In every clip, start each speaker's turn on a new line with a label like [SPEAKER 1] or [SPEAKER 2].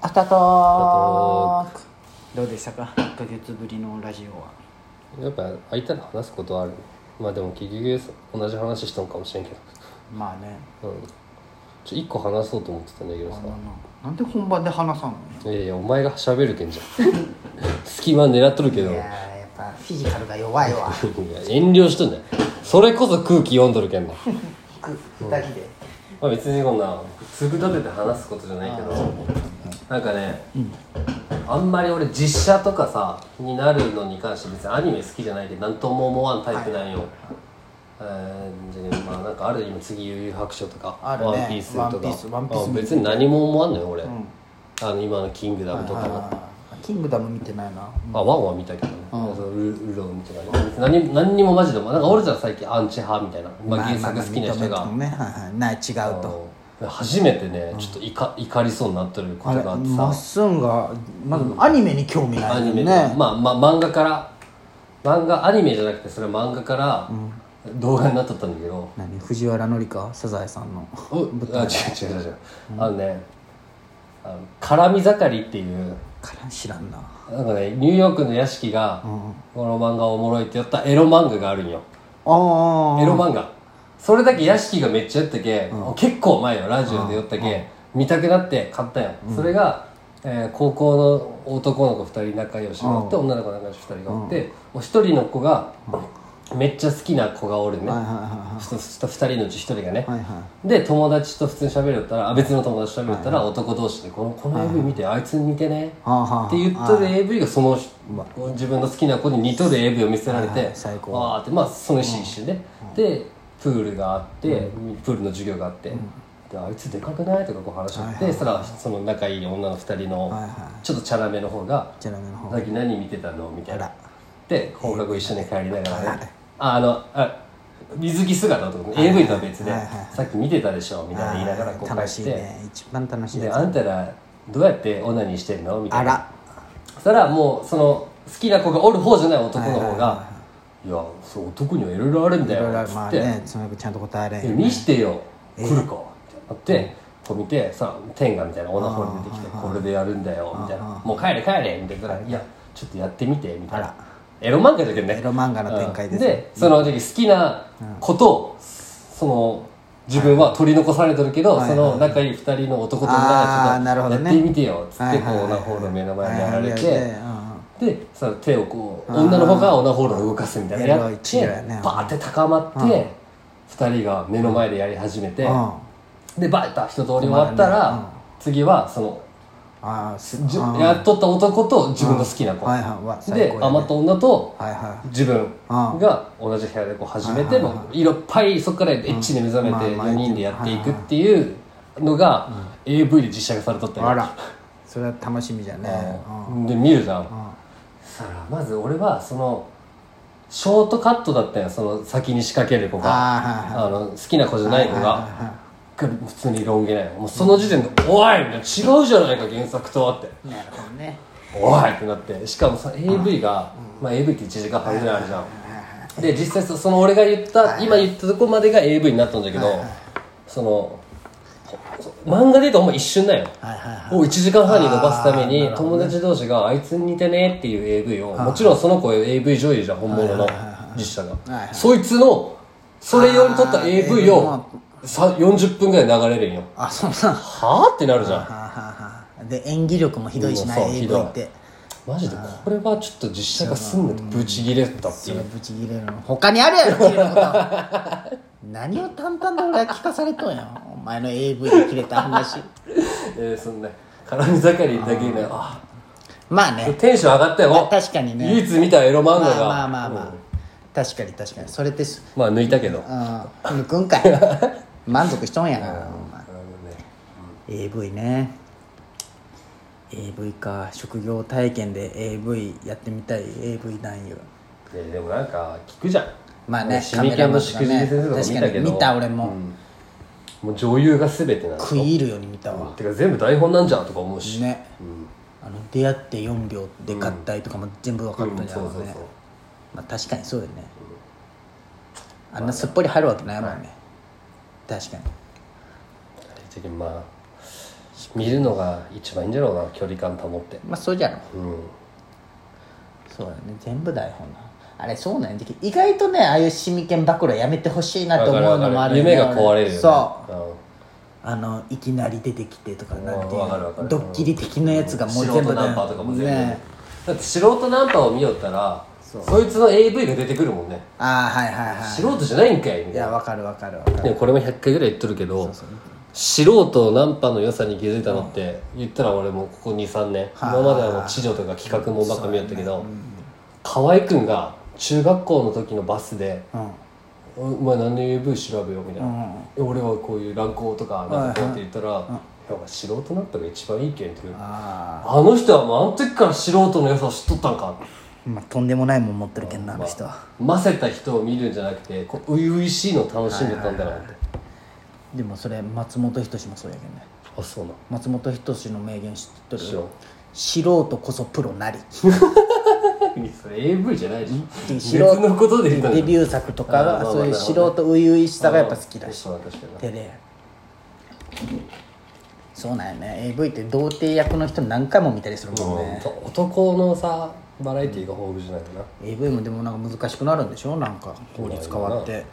[SPEAKER 1] アフタートーク
[SPEAKER 2] どうでしたか1ヶ月ぶりのラジオは
[SPEAKER 3] やっぱ相手と話すことはあるまあでも結局同じ話したんかもしれんけ
[SPEAKER 2] まあね
[SPEAKER 3] どうんちょ一個話そうと思ってたんだけど
[SPEAKER 2] あ
[SPEAKER 3] さ
[SPEAKER 2] のななんで本番で話さんの
[SPEAKER 3] いやいやお前が喋るけん じゃん隙間狙っとるけど
[SPEAKER 2] い やーやっぱフィジカルが弱いわ
[SPEAKER 3] いや遠慮しとんねそれこそ空気読んどるけんな
[SPEAKER 2] 2人で
[SPEAKER 3] まあ別にこんなつぶ立てて話すことじゃないけどなんかね、あんまり俺実写とかさになるのに関して別にアニメ好きじゃないで何とも思わんタイプなんよ、えーじゃあまあなんかある今次悠々白書とか、
[SPEAKER 2] あるね
[SPEAKER 3] ワンピースとか
[SPEAKER 2] ワンピースワンピース
[SPEAKER 3] あ別に何も思わんのよ俺、
[SPEAKER 2] ん
[SPEAKER 3] あの今の「キングダム」とかも、
[SPEAKER 2] あキングダム見てないな
[SPEAKER 3] あワンは見たけどね、そうルルローみたいな何何にもマジでもなんか俺じゃん最近アンチ派みたいな、まあ、原作好きな人が
[SPEAKER 2] 認めてもねはいはいない違う
[SPEAKER 3] あ
[SPEAKER 2] と
[SPEAKER 3] の初めてねちょっといか怒りそうになってるこ
[SPEAKER 2] あ
[SPEAKER 3] と
[SPEAKER 2] れ
[SPEAKER 3] があって
[SPEAKER 2] まっ
[SPEAKER 3] さ
[SPEAKER 2] すんがまずアニメに興味な
[SPEAKER 3] ア
[SPEAKER 2] い
[SPEAKER 3] ニ
[SPEAKER 2] よ
[SPEAKER 3] メ
[SPEAKER 2] ね
[SPEAKER 3] でまあまあ漫画から漫画アニメじゃなくてそれは漫画から動画になっとったんだけど
[SPEAKER 2] 何藤原紀香サザエさんの
[SPEAKER 3] あ違う違う違うあのねあの絡み盛りっていう
[SPEAKER 2] から知らんな
[SPEAKER 3] なんかねニューヨークの屋敷がこの漫画おもろいってやったエロ漫画があるんよ
[SPEAKER 2] あ
[SPEAKER 3] エロ漫画それだけ屋敷がめっちゃやったけ、結構前よラジオでやったけ、見たくなって買ったよ、それが、えー高校の男の子2人仲良しがおって、女の子仲良し2人がおって、お一人の子が、めっちゃ好きな子がおるね、
[SPEAKER 2] あはいはいはいは
[SPEAKER 3] そしたら2人のうち1人がね、
[SPEAKER 2] いはいはい
[SPEAKER 3] で友達と普通に喋るよったらあ別の友達と喋るよったら、男同士でこの「この AV 見て、あいつに似てね」
[SPEAKER 2] はあはあはあ
[SPEAKER 3] って言っとる AV がその自分の好きな子に似とる AV を見せられ
[SPEAKER 2] はいはい
[SPEAKER 3] て
[SPEAKER 2] 最高
[SPEAKER 3] わーってまあその一瞬一瞬ねでプールがあってプールの授業があってであいつでかくないとかこう話し合ってそしたらその仲いい女の2人
[SPEAKER 2] はい
[SPEAKER 3] の
[SPEAKER 2] は
[SPEAKER 3] ちょっとチャラめの方が
[SPEAKER 2] いじゃあの
[SPEAKER 3] 「
[SPEAKER 2] 方
[SPEAKER 3] さっき何見てたの?」みたい
[SPEAKER 2] あ
[SPEAKER 3] な
[SPEAKER 2] ら
[SPEAKER 3] で放課後一緒に帰りながらねああのあ水着姿とかね AV とは別で
[SPEAKER 2] はいはい
[SPEAKER 3] さっき見てたでしょみたいな言いながらこう帰
[SPEAKER 2] 楽
[SPEAKER 3] っ
[SPEAKER 2] しい
[SPEAKER 3] て
[SPEAKER 2] ね一番楽しい
[SPEAKER 3] で
[SPEAKER 2] や
[SPEAKER 3] あんたらどうやってオナニーしてんのみ
[SPEAKER 2] つ
[SPEAKER 3] た
[SPEAKER 2] あ
[SPEAKER 3] いな
[SPEAKER 2] ら
[SPEAKER 3] そしたらもうその好きな子がおる方じゃない男
[SPEAKER 2] はい
[SPEAKER 3] の
[SPEAKER 2] は
[SPEAKER 3] 方
[SPEAKER 2] い
[SPEAKER 3] が「いやそう男にはいろいろあるんだ
[SPEAKER 2] いろいろ
[SPEAKER 3] よ」
[SPEAKER 2] あ
[SPEAKER 3] っ
[SPEAKER 2] る
[SPEAKER 3] つ
[SPEAKER 2] ま
[SPEAKER 3] っ
[SPEAKER 2] あ
[SPEAKER 3] て
[SPEAKER 2] ねその子ちゃんと答えれ
[SPEAKER 3] いや
[SPEAKER 2] ん
[SPEAKER 3] 見してよ、来るか」ってなってこう見てさ天下みたいなオナホに出てきて「これでやるんだよ」みたいな「もう帰れ帰れ」みたいな「いやちょっとやってみて」みたい
[SPEAKER 2] あ
[SPEAKER 3] な
[SPEAKER 2] ら
[SPEAKER 3] エロ漫画だけどね
[SPEAKER 2] エロ漫画の展開ですね
[SPEAKER 3] うんでその時好きなことをその自分は取り残されてるけど、
[SPEAKER 2] はい
[SPEAKER 3] その仲いい二人の男と女が
[SPEAKER 2] あー
[SPEAKER 3] ち
[SPEAKER 2] なる
[SPEAKER 3] ょ
[SPEAKER 2] ほど
[SPEAKER 3] っとや
[SPEAKER 2] ね
[SPEAKER 3] ってみてよっつっ
[SPEAKER 2] はい
[SPEAKER 3] て
[SPEAKER 2] はい
[SPEAKER 3] こ
[SPEAKER 2] は
[SPEAKER 3] う
[SPEAKER 2] い
[SPEAKER 3] オナホールの目の前にやられ
[SPEAKER 2] はいはい
[SPEAKER 3] て
[SPEAKER 2] やられてうん
[SPEAKER 3] でその手をこう女の方がオナホールを動かすみたいな
[SPEAKER 2] エロ
[SPEAKER 3] や
[SPEAKER 2] い
[SPEAKER 3] って
[SPEAKER 2] 治療やね
[SPEAKER 3] バーって高まって二人が目の前でやり始めて
[SPEAKER 2] うんあ
[SPEAKER 3] でバーッと一通り終わったら次はその
[SPEAKER 2] あす
[SPEAKER 3] じ
[SPEAKER 2] うん
[SPEAKER 3] やっとった男と自分の好きな子
[SPEAKER 2] はいはいわ最
[SPEAKER 3] で
[SPEAKER 2] 高やね
[SPEAKER 3] 余った女と
[SPEAKER 2] はいは
[SPEAKER 3] 自分が同じ部屋でこう始めてもう色っぱいそこからエッチに目覚めて
[SPEAKER 2] うんまあまあ
[SPEAKER 3] 4人でやっていくっていうのが AV で実写化されとった
[SPEAKER 2] い
[SPEAKER 3] よ
[SPEAKER 2] あらそれは楽しみじゃね
[SPEAKER 3] で見るじゃんそしたらまず俺はそのショートカットだったよその先に仕掛ける子が
[SPEAKER 2] ああ
[SPEAKER 3] あの好きな子じゃない子
[SPEAKER 2] はいはい
[SPEAKER 3] がが普通にロン毛ないもうその時点で「おい!」みたいな「違うじゃないか原作とは」って
[SPEAKER 2] ーなるほどね
[SPEAKER 3] 「おい!」ってなってしかもさ AV がまあ AV って1時間半ぐらいあるじゃんで実際そその俺が言った今言ったとこまでが AV になったんだけどそのそ漫画で言うとほんま一瞬だよ
[SPEAKER 2] はいはいはい
[SPEAKER 3] を1時間半に伸ばすために友達同士が「あいつに似てね」っていう AV をもちろんその子 AV 女優じゃん本物の実写
[SPEAKER 2] はいはい
[SPEAKER 3] がそいつのそれ用に撮った AV をさ40分ぐらい流れるんよ
[SPEAKER 2] あそうなんは
[SPEAKER 3] はあってなるじゃん
[SPEAKER 2] あはあはあで演技力もひどいしな
[SPEAKER 3] うんそう
[SPEAKER 2] AV
[SPEAKER 3] ひどい
[SPEAKER 2] って
[SPEAKER 3] マジでこれはちょっと実写化すんのとブチギレたって
[SPEAKER 2] そ
[SPEAKER 3] い
[SPEAKER 2] れ
[SPEAKER 3] う
[SPEAKER 2] ブチギレるの他にあるやろ切れること何を淡々と俺は聞かされとんやお前の AV で切れた話
[SPEAKER 3] えーそんな絡み盛りだけねあ
[SPEAKER 2] まあね
[SPEAKER 3] テンション上がったよ
[SPEAKER 2] 確かにね
[SPEAKER 3] 唯一見たエロ漫画が
[SPEAKER 2] まあまあまあまあ、確かに確かにそれってす
[SPEAKER 3] まあ抜いたけど
[SPEAKER 2] うん抜くんかい満足しとんやなお前
[SPEAKER 3] あのね
[SPEAKER 2] AV ね AV か職業体験で AV やってみたい AV 男優
[SPEAKER 3] いやでもなんか聞くじゃん
[SPEAKER 2] まあね
[SPEAKER 3] シミケンのしくじり先生とか見
[SPEAKER 2] 確か
[SPEAKER 3] たけ
[SPEAKER 2] に
[SPEAKER 3] ど
[SPEAKER 2] 見た俺も、
[SPEAKER 3] もう女優が全てなの
[SPEAKER 2] 食い入るように見たわ
[SPEAKER 3] てか全部台本なんじゃんとか思うし、
[SPEAKER 2] ね、あの出会って4秒で合体とかも全部分かったじゃん、
[SPEAKER 3] うんそうそう
[SPEAKER 2] ね
[SPEAKER 3] そう
[SPEAKER 2] まあ確かにそうよね、あんなすっぽり入るわけないもんね、確かに
[SPEAKER 3] まあ見るのが一番いいんじゃろうな距離感保って
[SPEAKER 2] まあそうじゃろ
[SPEAKER 3] うん
[SPEAKER 2] そうだね全部台本なあれそうなんや意外とねああいうシミケン暴露やめてほしいなと思うのもあるよね
[SPEAKER 3] 夢が壊れるよね
[SPEAKER 2] そう
[SPEAKER 3] うん
[SPEAKER 2] あのいきなり出てきてとかなんていう
[SPEAKER 3] わかるわかる
[SPEAKER 2] ドッキリ的なやつがもう
[SPEAKER 3] 素
[SPEAKER 2] 全
[SPEAKER 3] 人
[SPEAKER 2] 部
[SPEAKER 3] ナンパとかも全部
[SPEAKER 2] ね
[SPEAKER 3] だって素人ナンパを見よったらそいつの AV が出てくるもんね
[SPEAKER 2] ああはいはいはい
[SPEAKER 3] 素人じゃないんかいみ
[SPEAKER 2] い
[SPEAKER 3] たい
[SPEAKER 2] や
[SPEAKER 3] な
[SPEAKER 2] わかるわかるわかる
[SPEAKER 3] でもこれも100回ぐらい言っとるけど素人ナンパの良さに気づいたのって言ったら俺もここ23年今まではもう地上とか企画もばっか見よったけど河合くんが中学校の時のバスで
[SPEAKER 2] うん
[SPEAKER 3] 「お前何の AV 調べよ」みたい
[SPEAKER 2] うん
[SPEAKER 3] な「俺はこういう乱行とかなんかこう」って言ったら「いやお前素人ナンパが一番いいけん」って言う
[SPEAKER 2] あ
[SPEAKER 3] あの人はもうあの時から素人の良さを知っとったんか
[SPEAKER 2] あまあとんでもないもん持ってるけんなあの人は
[SPEAKER 3] ませた人を見るんじゃなくてこう初々しいのを楽しんでたんだなって
[SPEAKER 2] でもそれ松本人志もそうやけどね
[SPEAKER 3] あそうな
[SPEAKER 2] 松本人志の名言知っとる
[SPEAKER 3] 知らん
[SPEAKER 2] 素人こそプロなり
[SPEAKER 3] それ AV じゃないでしょ 別
[SPEAKER 2] 素人
[SPEAKER 3] のことで言ったん
[SPEAKER 2] デ
[SPEAKER 3] だ
[SPEAKER 2] ビュー作とか
[SPEAKER 3] あーまあま
[SPEAKER 2] は
[SPEAKER 3] あ
[SPEAKER 2] そういう
[SPEAKER 3] なる
[SPEAKER 2] 素
[SPEAKER 3] ほど
[SPEAKER 2] 人初々しさがやっぱ好きだし
[SPEAKER 3] そう確かにな
[SPEAKER 2] でねそうなんやね AV って童貞役の人何回も見たりするもんね
[SPEAKER 3] うん男のさバラエティーが豊富じゃないかな
[SPEAKER 2] AV もでもなんか難しくなるんでしょなんか法律変わって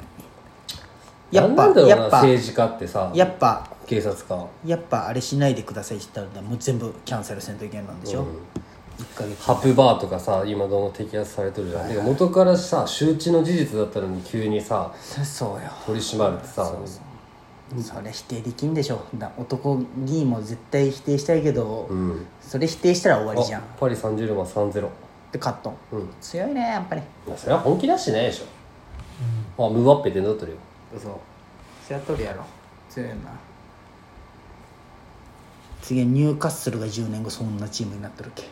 [SPEAKER 2] や
[SPEAKER 3] や
[SPEAKER 2] っ
[SPEAKER 3] っ
[SPEAKER 2] ぱ
[SPEAKER 3] ぱ
[SPEAKER 2] やっぱ
[SPEAKER 3] 政治家ってさ
[SPEAKER 2] やっぱ
[SPEAKER 3] 警察官
[SPEAKER 2] やっぱあれしないでくださいって言ったらもう全部キャンセルせんといけんなんでしょ、1ヶ月
[SPEAKER 3] ハプバーとかさ今どんどん摘発されてるじゃん、てか元からさ周知の事実だったのに急にさ
[SPEAKER 2] そうよ
[SPEAKER 3] 取り締まるってさ
[SPEAKER 2] それ否定できんでしょだ男議員も絶対否定したいけど、
[SPEAKER 3] ん
[SPEAKER 2] それ否定したら終わりじゃん
[SPEAKER 3] あパリ・サンジェルマン3-0
[SPEAKER 2] でカットン、
[SPEAKER 3] うん
[SPEAKER 2] 強いねやっぱり
[SPEAKER 3] いやそれは本気出してないでしょ、あムバッペってなってるよ
[SPEAKER 2] そうセアトルやろ強いな次はニューカッスルが10年後そんなチームになってるっけ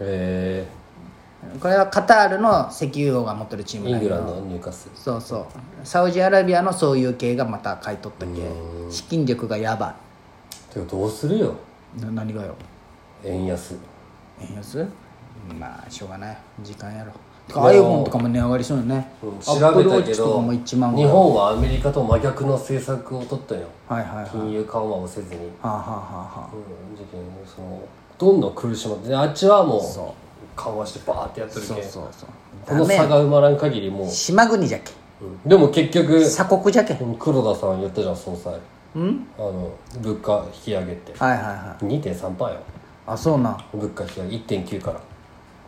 [SPEAKER 3] へ
[SPEAKER 2] これはカタールの石油王が持ってるチー
[SPEAKER 3] え
[SPEAKER 2] ム
[SPEAKER 3] イ
[SPEAKER 2] だ
[SPEAKER 3] ン
[SPEAKER 2] け
[SPEAKER 3] グ
[SPEAKER 2] ど
[SPEAKER 3] ランドの入荷する
[SPEAKER 2] そうそうサウジアラビアのそういう系がまた買い取ったけ
[SPEAKER 3] う
[SPEAKER 2] 資金力がやば
[SPEAKER 3] てかどうするよ
[SPEAKER 2] いな何がよ
[SPEAKER 3] 円安
[SPEAKER 2] 円安まあしょうがない時間やろてか iPhone とかも値上がりするよね、
[SPEAKER 3] 調べたけ
[SPEAKER 2] Apple Watch とか
[SPEAKER 3] ど
[SPEAKER 2] も
[SPEAKER 3] 日
[SPEAKER 2] 1万ぐらい
[SPEAKER 3] 本はアメリカと真逆の政策を取ったよ
[SPEAKER 2] はいはいはいは
[SPEAKER 3] 金融緩和をせずに、うん、
[SPEAKER 2] あはあはあはあ
[SPEAKER 3] 事件そのどんどん苦しまってであっちはも
[SPEAKER 2] そう
[SPEAKER 3] 緩和してバーってやってるけ
[SPEAKER 2] そ
[SPEAKER 3] ん
[SPEAKER 2] うそうそう
[SPEAKER 3] この差が埋まらん限りもう、
[SPEAKER 2] 島国じゃけ
[SPEAKER 3] うんでも結局
[SPEAKER 2] 鎖国じゃけん
[SPEAKER 3] 黒田さん言ったじゃん総裁あの物価引き上げって
[SPEAKER 2] はいはいはい
[SPEAKER 3] 2.3%よ
[SPEAKER 2] あそうなん
[SPEAKER 3] 物価引き上げ1.9から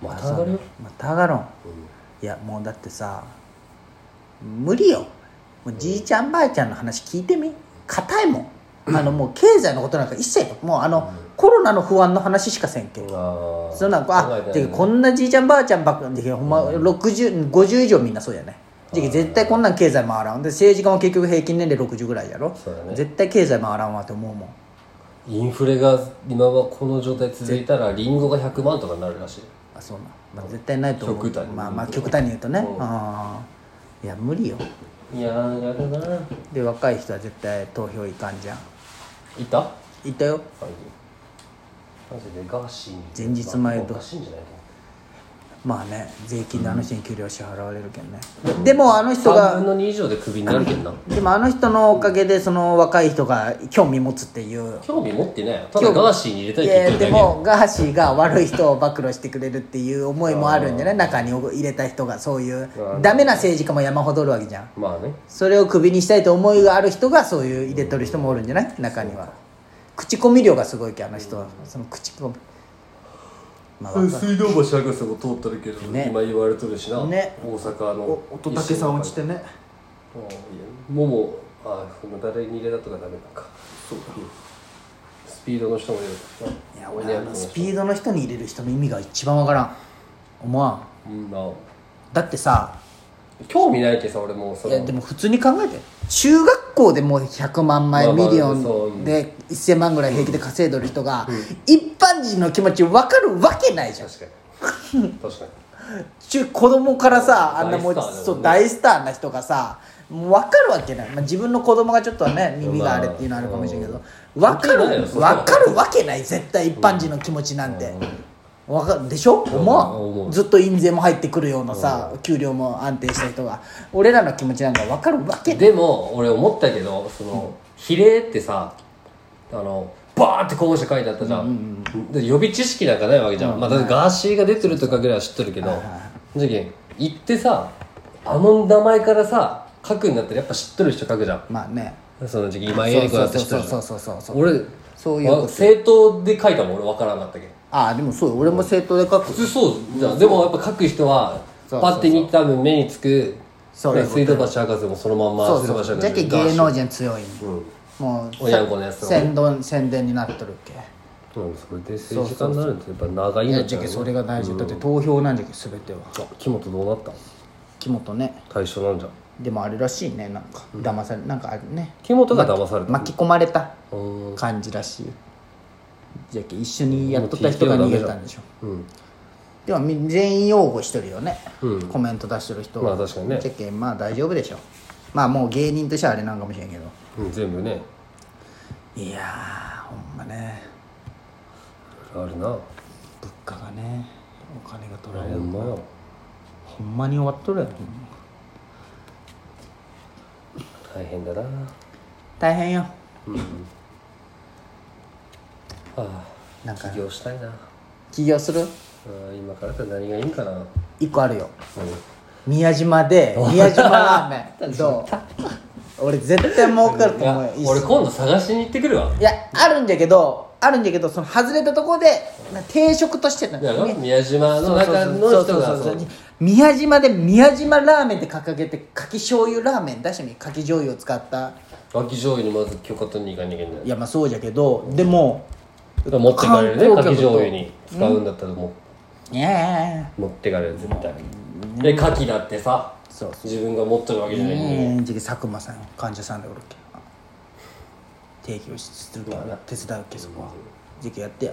[SPEAKER 3] また上がるよ
[SPEAKER 2] また上がろん、いやもうだってさ無理よもうじいちゃんばあちゃんの話聞いてみ硬いもんあのもう経済のことなんか一切もうあの、コロナの不安の話しかせんけ、
[SPEAKER 3] あー
[SPEAKER 2] そんなんあ
[SPEAKER 3] 考えて
[SPEAKER 2] て
[SPEAKER 3] ない
[SPEAKER 2] かこんなじいちゃんばあちゃんばっかでほんま60 50以上みんなそうやねじゃあ絶対こんなん経済回らんで政治家も結局平均年齢60ぐらいやろ
[SPEAKER 3] そうだね
[SPEAKER 2] 絶対経済回らんわって思うもん
[SPEAKER 3] インフレが今はこの状態続いたらリンゴが100万とかになるらしい
[SPEAKER 2] あそうなん、まあ、絶対ないと思う
[SPEAKER 3] 極端に
[SPEAKER 2] まあまあ極端に言うとね
[SPEAKER 3] うん
[SPEAKER 2] あーいや無理よ
[SPEAKER 3] いやーやだな
[SPEAKER 2] で若い人は絶対投票いかんじゃん
[SPEAKER 3] いた
[SPEAKER 2] 言ったよ
[SPEAKER 3] 最近マジでガーシーに
[SPEAKER 2] 前日前と
[SPEAKER 3] おかしいんじゃないか
[SPEAKER 2] まあね税金であの人に給料支払われるけんね、でもあの人
[SPEAKER 3] 3
[SPEAKER 2] が
[SPEAKER 3] 分の2以上でクビになるけんな
[SPEAKER 2] でもあの人のおかげでその若い人が興味持つっていう
[SPEAKER 3] 興味持ってないよただガーシーに入れたい
[SPEAKER 2] い
[SPEAKER 3] って言って
[SPEAKER 2] やで
[SPEAKER 3] るだけ
[SPEAKER 2] もガーシーが悪い人を暴露してくれるっていう思いもあるんじゃない中に入れた人がそういうダメな政治家も山ほどおるわけじゃん
[SPEAKER 3] まあね
[SPEAKER 2] それをクビにしたいと思いがある人がそういう入れとる人もおるんじゃない中には口コミ量がすごいけんあの人はその口コミまあわかる
[SPEAKER 3] 水道橋博士も通ってるけど、
[SPEAKER 2] ね
[SPEAKER 3] 今言われとるしな、
[SPEAKER 2] ね
[SPEAKER 3] 大阪の
[SPEAKER 2] てね
[SPEAKER 3] うんいやももあその誰に入れたとかダメなのかそうか、スピードの人もいる
[SPEAKER 2] いや俺あのスピードの人に入れる人の意味が一番わからん思わん
[SPEAKER 3] うんな
[SPEAKER 2] だってさ
[SPEAKER 3] 興味ないけさ俺もうそ
[SPEAKER 2] い
[SPEAKER 3] の
[SPEAKER 2] やでも普通に考えて中学校でもう100万枚
[SPEAKER 3] まあまあ
[SPEAKER 2] ミリオ
[SPEAKER 3] そうう
[SPEAKER 2] ン
[SPEAKER 3] ん
[SPEAKER 2] で1000万ぐらい平気で稼いどる人が一般人の気持ち分かるわけないじゃん
[SPEAKER 3] 確かに確かに
[SPEAKER 2] 中子供からさあんなもう
[SPEAKER 3] 大スターだもんね
[SPEAKER 2] そう大スターな人がさもう分かるわけない、まあ、自分の子供がちょっとね耳があれっていうのはあるかもしれんけど
[SPEAKER 3] まあ
[SPEAKER 2] 分かる
[SPEAKER 3] 関係ないよそ
[SPEAKER 2] 分
[SPEAKER 3] んなの
[SPEAKER 2] かるわけない絶対一般人の気持ちなんて。わかるでしょ思
[SPEAKER 3] 思
[SPEAKER 2] う
[SPEAKER 3] う
[SPEAKER 2] ずっと印税も入ってくるようなさ給料も安定した人が俺らの気持ちなんか分かるわけない
[SPEAKER 3] でも俺思ったけどその、比例ってさあのバーって候補者書いてあったじゃん、で予備知識なんかないわけじゃん、まあ、だってガーシーが出てるとかぐらいは知ってるけど、正直行ってさあの名前からさ書くんだったらやっぱ知ってる人書くじゃん
[SPEAKER 2] まあね
[SPEAKER 3] その時期今井絵理子だって知ってるじゃ
[SPEAKER 2] そ
[SPEAKER 3] ん
[SPEAKER 2] うそうそうそうそう
[SPEAKER 3] 俺
[SPEAKER 2] そういうこと
[SPEAKER 3] わ政党で書いたもん俺分からんかったけど
[SPEAKER 2] ああでもそうよ俺も正当で書く
[SPEAKER 3] 普通そうじゃん、でもやっぱ書く人は
[SPEAKER 2] そうそうそう
[SPEAKER 3] パッて見て多分目につく
[SPEAKER 2] そういうこと
[SPEAKER 3] 水道橋博士もそのまんま
[SPEAKER 2] そう
[SPEAKER 3] 水道
[SPEAKER 2] そう
[SPEAKER 3] 橋博士
[SPEAKER 2] じゃけ芸能人強いん
[SPEAKER 3] うん
[SPEAKER 2] もう
[SPEAKER 3] 親子のやつ
[SPEAKER 2] 宣伝宣伝になっとるけ
[SPEAKER 3] うんそれで政治家になるってやっぱ長い
[SPEAKER 2] い
[SPEAKER 3] な
[SPEAKER 2] や
[SPEAKER 3] っち
[SPEAKER 2] じ
[SPEAKER 3] ゃ
[SPEAKER 2] ゃ
[SPEAKER 3] う
[SPEAKER 2] け
[SPEAKER 3] よ
[SPEAKER 2] それが大事だって投票なんじゃけ全ては
[SPEAKER 3] あ木本どうなった
[SPEAKER 2] 木本ね
[SPEAKER 3] 対象なんじゃん
[SPEAKER 2] でもあれらしいねなんか騙されなんかあれね
[SPEAKER 3] 木本が騙された
[SPEAKER 2] 巻き込まれた
[SPEAKER 3] うん
[SPEAKER 2] 感じらしいじゃけ一緒にやっとった人が逃げたんでしょ
[SPEAKER 3] うん
[SPEAKER 2] でもみ全員擁護してるよね、
[SPEAKER 3] うん
[SPEAKER 2] コメント出してる人
[SPEAKER 3] まあ確かにね
[SPEAKER 2] じゃけまあ大丈夫でしょまあもう芸人としてはあれなんかもしれんけど
[SPEAKER 3] うん全部ね
[SPEAKER 2] いやーほんまね
[SPEAKER 3] あるな
[SPEAKER 2] 物価がねお金が取ら
[SPEAKER 3] ほ
[SPEAKER 2] れる
[SPEAKER 3] んまよ
[SPEAKER 2] ほんまに終わっとるやん
[SPEAKER 3] 大変だな
[SPEAKER 2] 大変よ
[SPEAKER 3] あ
[SPEAKER 2] なんか
[SPEAKER 3] 起業したいな
[SPEAKER 2] 起業する
[SPEAKER 3] うん今からだって何がいいんかなうん
[SPEAKER 2] 一個あるよ宮島で宮島ラー メンどう俺絶対儲かると思うよ
[SPEAKER 3] いや俺今度探しに行ってくるわ
[SPEAKER 2] いやあるんじゃけどあるんじゃけどその外れたところでな定食としてなん
[SPEAKER 3] だ
[SPEAKER 2] だ
[SPEAKER 3] か
[SPEAKER 2] よ
[SPEAKER 3] ら
[SPEAKER 2] ね
[SPEAKER 3] 宮島の中
[SPEAKER 2] そ
[SPEAKER 3] の
[SPEAKER 2] うそ
[SPEAKER 3] 人
[SPEAKER 2] う
[SPEAKER 3] が
[SPEAKER 2] そ
[SPEAKER 3] そ
[SPEAKER 2] そ
[SPEAKER 3] う
[SPEAKER 2] うう宮島で宮島ラーメンって掲げてかき醤油ラーメン出してみかき醤油を使った
[SPEAKER 3] 脇醤油にまず許可取りに行かなきゃいけない
[SPEAKER 2] いやまあそうじゃけどでも
[SPEAKER 3] 持ってかれるね
[SPEAKER 2] 観
[SPEAKER 3] か
[SPEAKER 2] 光客と
[SPEAKER 3] き醤油に使うんだったらも
[SPEAKER 2] いやいやいや
[SPEAKER 3] う持ってかれる絶対でかきだってさ
[SPEAKER 2] そうそ
[SPEAKER 3] 自分が持ってるわけじゃないのに
[SPEAKER 2] うじゃけ佐久間さん患者さんでおるけ提供しするけど手伝うけそこはじゃけやってや